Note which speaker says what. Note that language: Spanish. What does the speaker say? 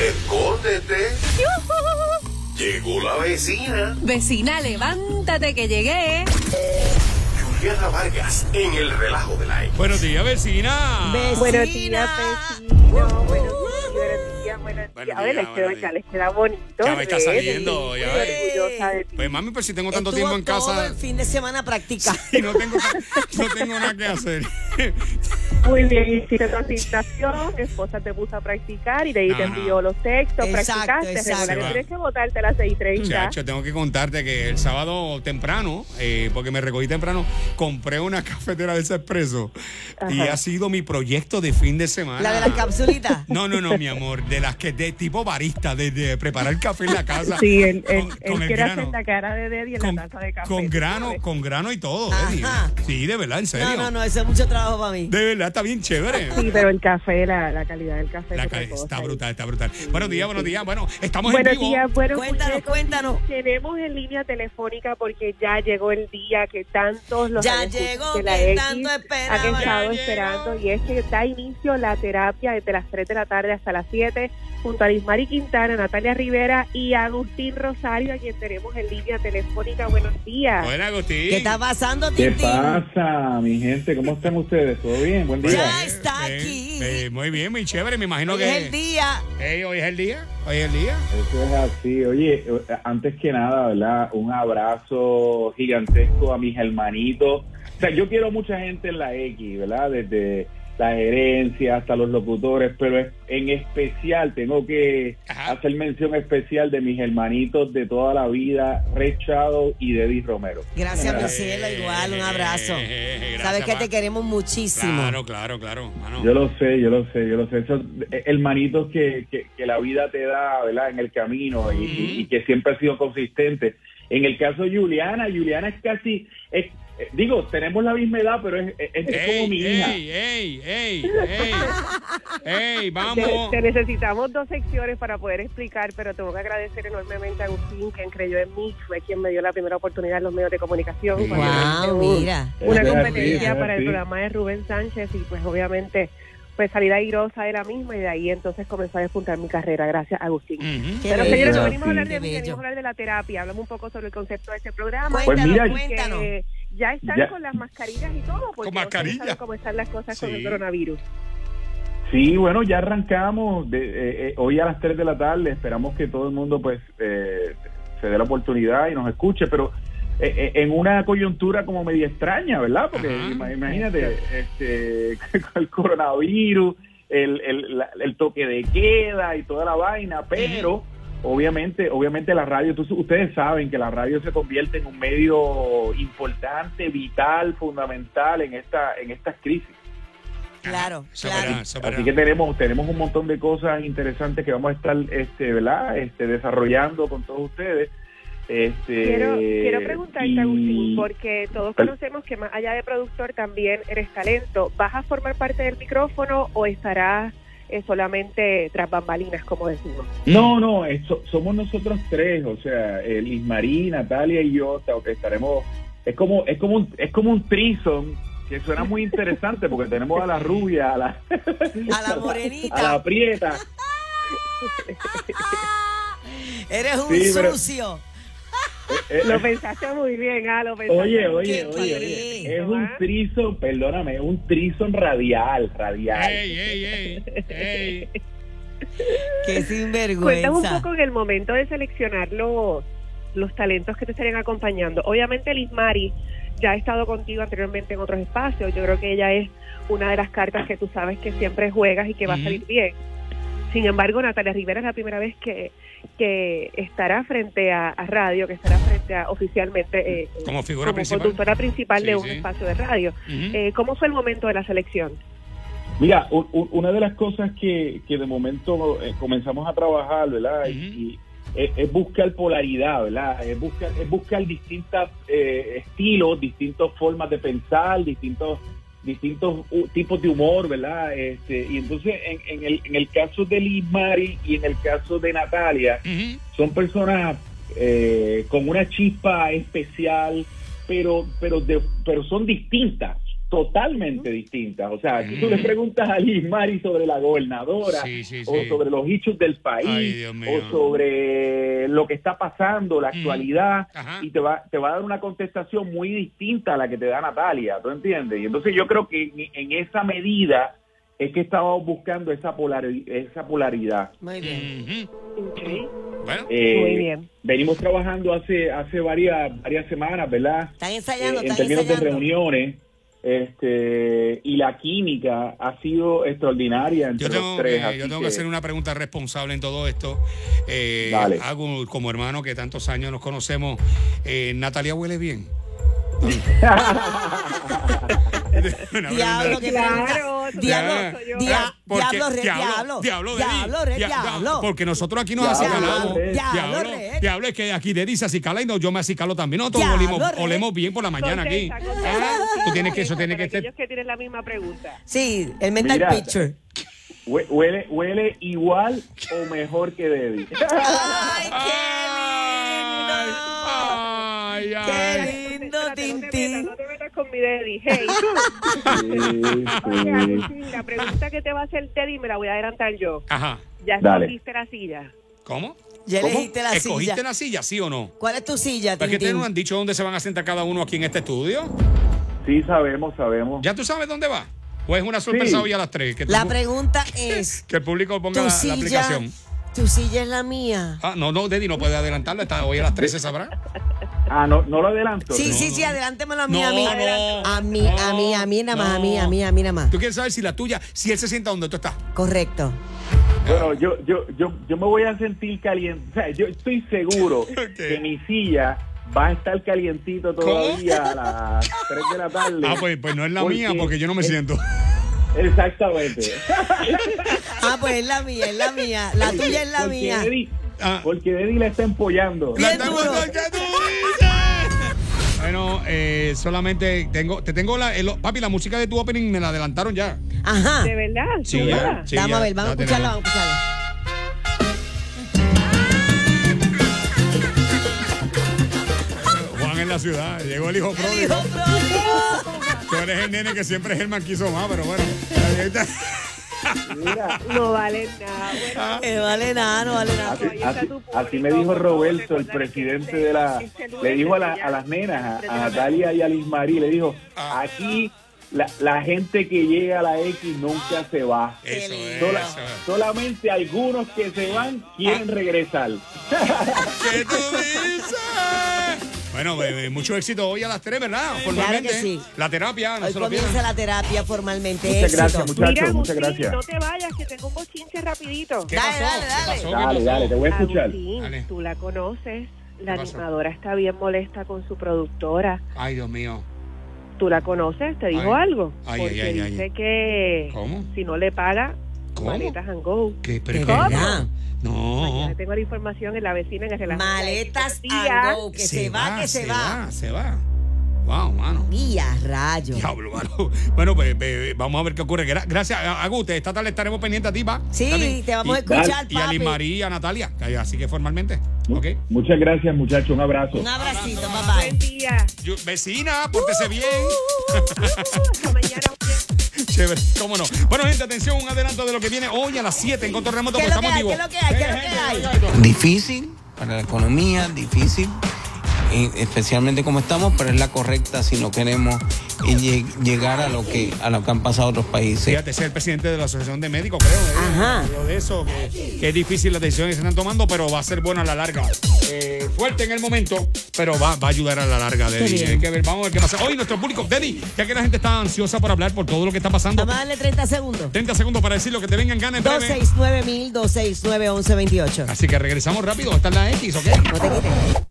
Speaker 1: escóndete. Llegó la vecina.
Speaker 2: Vecina, levántate que llegué.
Speaker 1: Juliana Vargas en el relajo de la X.
Speaker 3: Buenos días, vecina.
Speaker 4: Buenos días, vecino. Buenos días,
Speaker 5: Uh,
Speaker 4: buenos días, buenos
Speaker 3: Buenos
Speaker 4: días. Oye, les
Speaker 3: días, buenos
Speaker 4: queda- ya
Speaker 3: días.
Speaker 4: les queda bonito.
Speaker 3: Ya me está
Speaker 4: ¿ves?
Speaker 3: saliendo, ya
Speaker 4: Estoy
Speaker 3: ves.
Speaker 4: orgullosa de ti.
Speaker 3: Pues mami, pues si tengo tanto
Speaker 5: Estuvo
Speaker 3: tiempo en
Speaker 5: Todo el
Speaker 3: casa
Speaker 5: fin de semana practicando.
Speaker 3: y no tengo, no tengo nada que hacer.
Speaker 4: Muy bien, hiciste tu asignación, tu esposa te puso a practicar y de ahí te
Speaker 3: Ajá.
Speaker 4: envió los textos,
Speaker 5: Exacto,
Speaker 4: practicaste. Recuerda
Speaker 5: exacto.
Speaker 3: Sí,
Speaker 4: que
Speaker 3: va.
Speaker 4: tienes que votarte a las 6.30.
Speaker 3: Chacho, tengo que contarte que el sábado temprano, eh, porque me recogí temprano, compré una cafetera de ese expreso y
Speaker 4: Ajá.
Speaker 3: ha sido mi proyecto de fin de semana.
Speaker 5: La de las capsulitas.
Speaker 3: No, no, no, mi amor, de las que de tipo barista, de, de preparar café en la casa.
Speaker 4: Sí, él, él-
Speaker 3: con-
Speaker 4: él
Speaker 3: con el
Speaker 4: quiere
Speaker 3: grano.
Speaker 4: hacer la cara de Deddy en
Speaker 3: con,
Speaker 4: la taza de café.
Speaker 3: con
Speaker 4: ¿tú
Speaker 3: grano,
Speaker 4: sabes?
Speaker 3: con grano y todo,
Speaker 5: Ajá.
Speaker 3: Eddie. Sí, de verdad, en serio.
Speaker 5: No, no, no, eso es mucho trabajo para mí.
Speaker 3: De verdad, está bien chévere.
Speaker 4: Sí, pero el café, la, la calidad del café.
Speaker 3: La
Speaker 4: es otra
Speaker 3: ca- está
Speaker 4: cosa.
Speaker 3: brutal, está brutal. Buenos días, buenos días. Bueno, estamos
Speaker 4: Buenos
Speaker 3: en vivo.
Speaker 4: días, buenos
Speaker 5: Cuéntanos,
Speaker 4: muñecos.
Speaker 5: cuéntanos.
Speaker 4: Tenemos en línea telefónica porque ya llegó el día que tantos los
Speaker 5: Ya
Speaker 4: radioescuchas
Speaker 5: llegó,
Speaker 4: de la
Speaker 5: que
Speaker 4: X
Speaker 5: tanto esperaban.
Speaker 4: han estado
Speaker 3: Ya
Speaker 4: esperando y es que da inicio la terapia desde las 3 de la tarde hasta las 7 junto a Lismari Quintana, Natalia Rivera y Agustín Rosario, a quien tenemos en línea telefónica. Buenos días.
Speaker 3: Buenas, Agustín.
Speaker 5: ¿Qué está pasando,
Speaker 6: ¿Qué
Speaker 5: Tintín?
Speaker 6: pasa, mi gente? ¿Cómo están ustedes? ¿Todo bien? Buen día.
Speaker 5: Ya está
Speaker 3: Eh,
Speaker 5: aquí.
Speaker 3: eh, muy bien, muy chévere. Me imagino
Speaker 5: Hoy
Speaker 3: que.
Speaker 5: es el día.
Speaker 3: Ey, hoy es el día. Hoy es el día.
Speaker 6: Eso es así. Oye, eh, antes que nada, ¿verdad? Un abrazo gigantesco a mis hermanitos. O sea, yo quiero mucha gente en la X, ¿verdad? Desde la gerencia hasta los locutores, pero es- en especial tengo que
Speaker 3: Ajá.
Speaker 6: hacer mención especial de mis hermanitos de toda la vida, Rechado y Deddy Romero.
Speaker 5: Gracias, mi
Speaker 6: Eh,
Speaker 5: cielo, igual, un abrazo.
Speaker 3: eh, gracias,
Speaker 5: Sabes que
Speaker 3: pa.
Speaker 5: te queremos muchísimo.
Speaker 3: Claro, claro, claro. mano.
Speaker 6: Yo lo sé, yo lo sé, yo lo sé. Esos eh, hermanitos que, que, que la vida te da, ¿verdad? En el camino y, y- y que siempre ha sido consistente. En el caso de Juliana, Juliana es casi, es- eh, digo, tenemos la misma edad, pero es, es- es como mi
Speaker 3: Ey,
Speaker 6: hija.
Speaker 3: ey, ey, ey, ey. Ey,
Speaker 4: Te,
Speaker 3: Pues, vamos.
Speaker 4: te necesitamos dos secciones para poder explicar, pero tengo que agradecer enormemente a Agustín, quien creyó en mí, fue quien me dio la primera oportunidad en los medios de comunicación.
Speaker 3: Wow,
Speaker 4: cuando hice
Speaker 5: Wow,
Speaker 4: un-
Speaker 5: mira.
Speaker 4: una
Speaker 6: Eso es así,
Speaker 4: competencia
Speaker 6: eso es
Speaker 4: para el
Speaker 6: así.
Speaker 4: programa de Rubén Sánchez y pues obviamente pues salí airosa de la misma y de ahí entonces comenzó a despuntar mi carrera. Gracias, Agustín.
Speaker 3: Ujú.
Speaker 5: Qué
Speaker 4: Pero
Speaker 5: bello.
Speaker 4: señores, no venimos a hablar
Speaker 5: Qué
Speaker 4: de mí, venimos a
Speaker 5: bello.
Speaker 4: hablar de la terapia. Hablamos un poco sobre el concepto de este programa.
Speaker 6: Pues
Speaker 5: Cuéntanos,
Speaker 6: mira,
Speaker 5: cuéntanos.
Speaker 4: Que ya están
Speaker 6: Ya.
Speaker 4: con las mascarillas y todo. Porque
Speaker 3: Con
Speaker 4: no se
Speaker 3: mascarilla.
Speaker 4: sabe cómo están las cosas con el
Speaker 3: Sí.
Speaker 4: coronavirus.
Speaker 6: Sí, bueno, ya arrancamos de, eh, eh, hoy a las 3 de la tarde. Esperamos que todo el mundo pues eh, se dé la oportunidad y nos escuche, pero eh, eh, en una coyuntura como media extraña, ¿verdad? Porque
Speaker 3: Ajá.
Speaker 6: ima- imagínate, este, el coronavirus, el, el- la- el toque de queda y toda la vaina, pero obviamente, obviamente la radio, tú- ustedes saben que la radio se convierte en un medio importante, vital, fundamental en esta, en estas crisis.
Speaker 5: Claro,
Speaker 3: Eso
Speaker 5: claro.
Speaker 3: verá, eso verá.
Speaker 6: Así que tenemos, tenemos un montón de cosas interesantes que vamos a estar este, ¿verdad? Este, desarrollando con todos ustedes. Este,
Speaker 4: Quiero, quiero preguntarte,
Speaker 6: Eh, y-
Speaker 4: Agustín, porque todos
Speaker 6: Tal-
Speaker 4: conocemos que más allá de productor también eres talento. ¿Vas a formar parte del micrófono o estarás eh, solamente tras bambalinas, como decimos?
Speaker 6: No, no, es- so- somos nosotros tres, o sea, eh, Liz Marí, Natalia y yo esta- estaremos, es como, es como un, es como un trison que suena muy interesante porque tenemos a la rubia, a la,
Speaker 5: A la
Speaker 6: a la
Speaker 5: morenita.
Speaker 6: prieta,
Speaker 5: Eres un
Speaker 6: Sí, pero-
Speaker 5: sucio.
Speaker 6: eh,
Speaker 4: Lo pensaste muy bien, ah, lo pensaste.
Speaker 6: Oye,
Speaker 4: muy
Speaker 6: oye,
Speaker 4: bien.
Speaker 6: oye,
Speaker 5: ¿Qué?
Speaker 6: oye, es un trison, perdóname, es un trison radial, radial.
Speaker 3: Ey, ey, ey, ey.
Speaker 5: Qué
Speaker 4: Cuéntame un
Speaker 5: sinvergüenza.
Speaker 4: poco en el momento de seleccionar los, los talentos que te estarían acompañando. Obviamente Liz Mari ya ha estado contigo anteriormente en otros espacios. Yo creo que ella es una de las cartas que tú sabes que siempre juegas y que va
Speaker 3: Ujú.
Speaker 4: a salir bien. Sin embargo, Natalia Rivera es la primera vez que, que estará frente a, a radio, que estará frente a oficialmente eh,
Speaker 3: Como figura
Speaker 4: como
Speaker 3: principal.
Speaker 4: conductora principal
Speaker 3: Sí,
Speaker 4: de un
Speaker 3: sí.
Speaker 4: espacio de radio.
Speaker 3: Ujú.
Speaker 4: Eh, ¿Cómo fue el momento de la selección?
Speaker 6: Mira, u- u- una de las cosas que, que de momento eh, comenzamos a trabajar, ¿verdad? Y-
Speaker 3: Ujú.
Speaker 6: y es, es buscar polaridad, ¿verdad? Es buscar, es buscar distintos estilos, distintas formas de pensar, distintos distintos u- tipos de humor, ¿verdad? Este, y entonces en, en el, en el caso de Liz Mari y en el caso de Natalia,
Speaker 3: Ujú.
Speaker 6: son personas eh, con una chispa especial, pero pero de- pero son distintas. totalmente distintas. O sea, si tú le preguntas a Liz Mari sobre la gobernadora,
Speaker 3: Mm. Sí, sí,
Speaker 6: o
Speaker 3: sí.
Speaker 6: sobre los hechos del país,
Speaker 3: Ay, Dios mío. Mm.
Speaker 6: o sobre lo que está pasando, la actualidad,
Speaker 3: Ajá.
Speaker 6: y te va, te va a dar una contestación muy distinta a la que te da Natalia, ¿tú entiendes? Y entonces yo creo que en, en esa medida es que estábamos buscando esa, polari- esa polaridad.
Speaker 5: Muy bien.
Speaker 3: Ujú.
Speaker 4: Ok.
Speaker 3: Bueno,
Speaker 6: Eh,
Speaker 4: Muy bien.
Speaker 6: Venimos trabajando hace hace varias varias semanas, ¿verdad?
Speaker 5: Están
Speaker 6: Eh,
Speaker 5: ensayando,
Speaker 6: en
Speaker 5: están
Speaker 6: términos de
Speaker 5: ensayando.
Speaker 6: reuniones este y la química ha sido extraordinaria entre
Speaker 3: yo tengo,
Speaker 6: los tres
Speaker 3: que-
Speaker 6: así
Speaker 3: yo tengo que
Speaker 6: que-
Speaker 3: hacer una pregunta responsable en todo esto. Eh,
Speaker 6: Dale.
Speaker 3: hago como hermano que tantos años nos conocemos. eh, Natalia huele bien. Una
Speaker 5: Diablo,
Speaker 3: pregunta.
Speaker 5: que
Speaker 4: Claro,
Speaker 5: pregunta.
Speaker 4: soy
Speaker 3: yo,
Speaker 5: Diablo,
Speaker 4: soy yo.
Speaker 5: dia-
Speaker 3: Porque-
Speaker 5: diablo, re, diablo.
Speaker 3: Ah, diablo, de
Speaker 5: Diablo, re,
Speaker 3: Di- dia-
Speaker 5: diablo.
Speaker 3: Porque nosotros aquí nos
Speaker 6: Diablo,
Speaker 3: acicalamos.
Speaker 6: re.
Speaker 3: Diablo,
Speaker 5: Diablo, re.
Speaker 3: diablo, es que aquí te dice acicala y no, yo me acicalo también. Nosotros
Speaker 5: Diablo,
Speaker 3: olemos,
Speaker 5: re.
Speaker 3: olemos bien por la mañana aquí.
Speaker 4: Contesta, contesta,
Speaker 3: Ah, Tú tienes que, eso
Speaker 4: contesta
Speaker 3: tiene que
Speaker 4: para
Speaker 3: ser.
Speaker 4: Aquellos que tienen la misma pregunta.
Speaker 5: Sí, el mental
Speaker 6: Mira.
Speaker 5: picture.
Speaker 6: Hue- huele huele igual o mejor que Debbie
Speaker 5: ¡Ay, qué
Speaker 3: Ay, ay,
Speaker 5: Qué
Speaker 3: ay.
Speaker 5: lindo,
Speaker 4: Espérate, no te metas,
Speaker 5: Tintín.
Speaker 4: No te metas con mi daddy. Hey,
Speaker 6: Sí,
Speaker 4: oye,
Speaker 6: sí.
Speaker 4: Agustín, la pregunta que te va a hacer Teddy me la voy a adelantar yo.
Speaker 3: Ajá.
Speaker 4: Ya
Speaker 6: Dale.
Speaker 4: escogiste la silla.
Speaker 3: ¿Cómo?
Speaker 5: Ya
Speaker 3: ¿Cómo?
Speaker 5: elegiste la
Speaker 3: ¿Escogiste
Speaker 5: silla.
Speaker 3: la silla, sí o no?
Speaker 5: ¿Cuál es tu silla,
Speaker 3: ¿Pero es que ustedes no
Speaker 5: Tintín?
Speaker 3: han dicho dónde se van a sentar cada uno aquí en este estudio?
Speaker 6: Sí, sabemos sabemos
Speaker 3: ¿Ya tú sabes dónde va? ¿O es una sorpresa
Speaker 6: Sí.
Speaker 3: hoy a las tres? Que, tú-
Speaker 5: La pregunta es,
Speaker 3: que el público ponga la,
Speaker 5: ¿tu
Speaker 3: la
Speaker 5: silla,
Speaker 3: aplicación.
Speaker 5: tu silla es la mía?
Speaker 3: Ah, no, no, Deddy no puede adelantarlo. Está hoy a las 13, ¿sabrá?
Speaker 6: ah no no lo adelanto
Speaker 5: Sí,
Speaker 6: ¿no?
Speaker 5: sí, sí, adelántemelo a mí, a mí.
Speaker 3: No, no,
Speaker 5: a mí, a mí, a mí nada más, a mí,
Speaker 3: no.
Speaker 5: a mí, a mí nada más.
Speaker 3: Tú quieres saber si la tuya, si él se sienta donde tú estás.
Speaker 5: Correcto.
Speaker 6: Bueno, yo, yo, yo, yo me voy a sentir caliente. O sea, yo estoy seguro que mi silla va a estar calientito todavía a las 3 de la tarde.
Speaker 3: Ah, pues, pues no es la
Speaker 6: Porque-
Speaker 3: mía porque yo no me siento.
Speaker 6: Exactamente.
Speaker 5: Ah, pues es la mía, es la mía. La tuya es la
Speaker 6: Porque
Speaker 5: mía.
Speaker 6: Eddie-
Speaker 3: Ah.
Speaker 6: Porque Eddie la está empollando.
Speaker 5: Bien
Speaker 3: La-
Speaker 5: duro.
Speaker 3: ¿Qué tú dices? Bueno, eh, solamente tengo, te tengo la, el- papi, la música de tu opening me la adelantaron ya.
Speaker 5: Ajá.
Speaker 4: ¿De verdad?
Speaker 3: Sí,
Speaker 4: ¿Tú
Speaker 3: ya.
Speaker 4: verdad?
Speaker 3: Sí,
Speaker 5: vamos a ver, vamos a
Speaker 3: la
Speaker 5: escucharla,
Speaker 3: tenemos.
Speaker 5: vamos a escucharla.
Speaker 3: Juan en la ciudad, llegó el hijo pródigo.
Speaker 5: Dijo pronto.
Speaker 3: Tú eres el nene que siempre Germán quiso más, pero bueno. Ahí está.
Speaker 6: Mira,
Speaker 4: No vale nada. Bueno,
Speaker 3: Ah,
Speaker 5: Eh, vale nada, no vale nada.
Speaker 6: así,
Speaker 4: Ahí está
Speaker 6: así-
Speaker 4: tu público,
Speaker 6: así me dijo
Speaker 4: por favor,
Speaker 6: Roberto,
Speaker 4: recordar
Speaker 6: el
Speaker 4: que
Speaker 6: presidente
Speaker 4: este-
Speaker 6: de la...
Speaker 4: este lunes
Speaker 6: Le dijo a, la-
Speaker 4: ya-
Speaker 6: a las nenas, a, a
Speaker 4: Perdóname.
Speaker 6: Natalia y a Liz Marie, le dijo,
Speaker 3: Ah.
Speaker 6: aquí la, la gente que llega a la X nunca se va.
Speaker 5: Qué
Speaker 3: Eso Ah. es.
Speaker 5: lindo.
Speaker 6: Sola- solamente algunos que se van quieren regresar.
Speaker 3: ¿Qué tú dices? Bueno, bebé, mucho éxito hoy a las 3, ¿verdad? Formalmente.
Speaker 5: que sí.
Speaker 3: La terapia, no
Speaker 5: Hoy
Speaker 3: se lo pierdan.
Speaker 5: comienza la terapia formalmente.
Speaker 6: Muchas
Speaker 5: Éxito.
Speaker 6: gracias, muchachos.
Speaker 4: Mira, Agustín,
Speaker 6: muchas gracias.
Speaker 4: no te vayas, que tengo un bochinche rapidito.
Speaker 3: ¿Qué
Speaker 5: Dale,
Speaker 3: pasó?
Speaker 5: dale,
Speaker 3: ¿Qué
Speaker 5: dale.
Speaker 3: pasó? ¿Qué
Speaker 6: Dale,
Speaker 3: pasó?
Speaker 6: dale, te voy a escuchar.
Speaker 4: Agustín,
Speaker 3: Dale.
Speaker 4: tú la conoces. La
Speaker 3: ¿Qué pasó?
Speaker 4: animadora está bien molesta con su productora.
Speaker 3: Ay, Dios mío.
Speaker 4: ¿Tú la conoces? ¿Te dijo
Speaker 3: Ay.
Speaker 4: algo?
Speaker 3: Ay,
Speaker 4: Porque
Speaker 3: ay, ay, ay.
Speaker 4: dice que
Speaker 3: ¿Cómo?
Speaker 4: si no le paga,
Speaker 3: ¿Cómo?
Speaker 4: maletas and go.
Speaker 3: ¿Qué? ¿Pero
Speaker 5: ¿De
Speaker 3: qué?
Speaker 5: verdad?
Speaker 3: No.
Speaker 4: Mañana tengo la información en la vecina en el relajo.
Speaker 5: Maletas
Speaker 4: Buenos
Speaker 5: and
Speaker 4: días.
Speaker 5: go, que se, va, que se, va.
Speaker 3: Se va. Wow, mano.
Speaker 5: Guía, rayo.
Speaker 3: Diablo, mano. Bueno, pues, pues, vamos a ver qué ocurre. Gra- Gracias, Agute. Esta tarde estaremos pendientes a ti, ¿va?
Speaker 5: Sí,
Speaker 3: También.
Speaker 5: te vamos a
Speaker 3: Y-
Speaker 5: escuchar,
Speaker 3: Y a Liz
Speaker 5: papi.
Speaker 3: María y a Natalia. Así que formalmente. Ok.
Speaker 6: Muchas gracias, muchachos. Un abrazo.
Speaker 5: Un abracito, papá.
Speaker 4: Buen día.
Speaker 3: Yo- vecina, pórtese bien.
Speaker 4: Hasta mañana.
Speaker 3: Chévere, cómo no. Bueno, gente, atención, un adelanto de lo que viene hoy a las 7 en Control Remoto,
Speaker 5: ¿Qué
Speaker 3: porque
Speaker 5: es lo que
Speaker 3: estamos
Speaker 5: hay? ¿Qué
Speaker 3: vivos.
Speaker 5: es lo que hay? ¿Qué es lo
Speaker 3: Venga,
Speaker 5: que
Speaker 3: gente,
Speaker 5: hay?
Speaker 3: oiga esto.
Speaker 7: difícil para la economía, difícil, y especialmente como estamos, pero es la correcta si no queremos y lleg- llegar a lo que a lo que han pasado otros países.
Speaker 3: Fíjate, ser el presidente de la Asociación de Médicos, creo. ¿eh?
Speaker 5: Ajá.
Speaker 3: Lo de eso, que, que es difícil las decisiones que se están tomando, pero va a ser bueno a la larga. Eh, fuerte en el momento, pero va, va a ayudar a la larga, Deddy.
Speaker 5: bien.
Speaker 3: Hay que ver, vamos a ver qué pasa. Hoy nuestro público, Deddy, ya que la gente está ansiosa por hablar por todo lo que está pasando.
Speaker 5: Vamos a darle 30 segundos.
Speaker 3: 30 segundos para decir lo que te vengan ganas en breve.
Speaker 5: 269 mil, 269 1128.
Speaker 3: Así que regresamos rápido. Está en la X, ¿ok?
Speaker 5: No te quites.